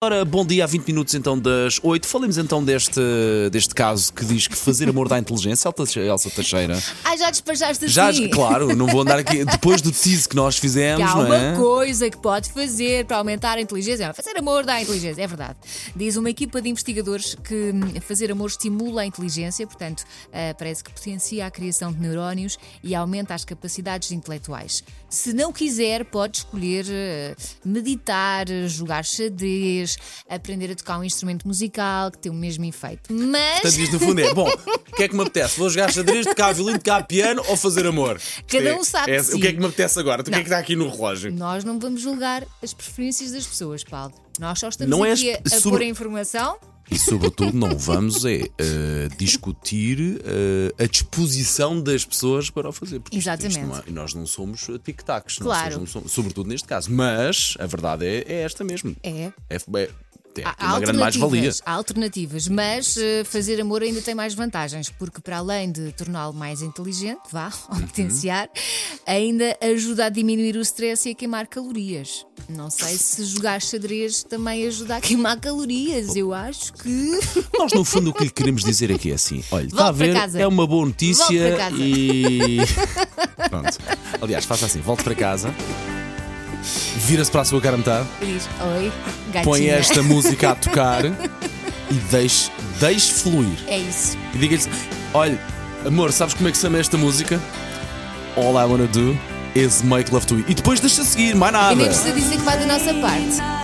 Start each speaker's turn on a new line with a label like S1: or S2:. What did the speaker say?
S1: Ora, bom dia, há 20 minutos então das 8. Falemos então deste, deste caso que diz que fazer amor dá inteligência, Elsa- Elsa Teixeira.
S2: Ah, já despachaste assim?
S1: Já, claro, não vou andar aqui. Depois do tease que nós
S2: Que
S1: fizemos,
S2: há
S1: não
S2: uma
S1: é?
S2: coisa que pode fazer para aumentar a inteligência. Fazer amor dá inteligência, é verdade. Diz uma equipa de investigadores que hum, fazer amor estimula a inteligência, portanto, ah, parece que potencia a criação de neurónios e aumenta as capacidades intelectuais. Se não quiser, pode escolher ah, meditar, eh, jogar xadrez, aprender a tocar um instrumento musical, que tem o mesmo efeito. Mas.
S1: Portanto, isto no fundo é: bom, o que é que me apetece? Vou jogar xadrez, tocar violino, tocar piano ou fazer amor?
S2: Cada um sabe de si.
S1: O que é que me apetece agora? O que é que está aqui no relógio?
S2: Nós não vamos julgar as preferências das pessoas, Paulo. Nós só estamos
S1: Não é
S2: aqui a,
S1: espe-
S2: a
S1: sobre-
S2: pôr a informação.
S1: E sobretudo não vamos é eh, discutir eh, a disposição das pessoas para o fazer. porque isto- isto
S2: Exatamente.
S1: não é- nós não somos tic-tacs, não
S2: Claro.
S1: somos- não somos- sobretudo neste caso. Mas a verdade é, é esta mesmo.
S2: É.
S1: É, é- é
S2: Há-
S1: aqui
S2: há
S1: uma grande mais-valia.
S2: alternativas, há alternativas, mas eh, fazer amor ainda tem mais vantagens, porque para além de torná-lo mais inteligente, vá,
S1: Uhum.
S2: ou potenciar, ainda ajuda a diminuir o stress e a queimar calorias. Não sei se jogar xadrez também ajuda a queimar calorias, eu acho que.
S1: Nós, no fundo, o que lhe queremos dizer aqui é assim: olha, está a
S2: para
S1: ver,
S2: casa.
S1: é uma boa
S2: Volte para
S1: notícia
S2: casa.
S1: e. Pronto. Aliás, faça assim: volte para casa, vira-se para a sua cara a metade.
S2: Diz, Oi, gatinha.
S1: põe esta música a tocar e deixe, deixe fluir.
S2: É isso.
S1: E diga-lhe: olha, amor, sabes como é que se chama esta música? All I Wanna Do is Make Love to You. E depois deixa seguir, mais
S2: E nem
S1: nada.
S2: precisa dizer que vai da nossa parte.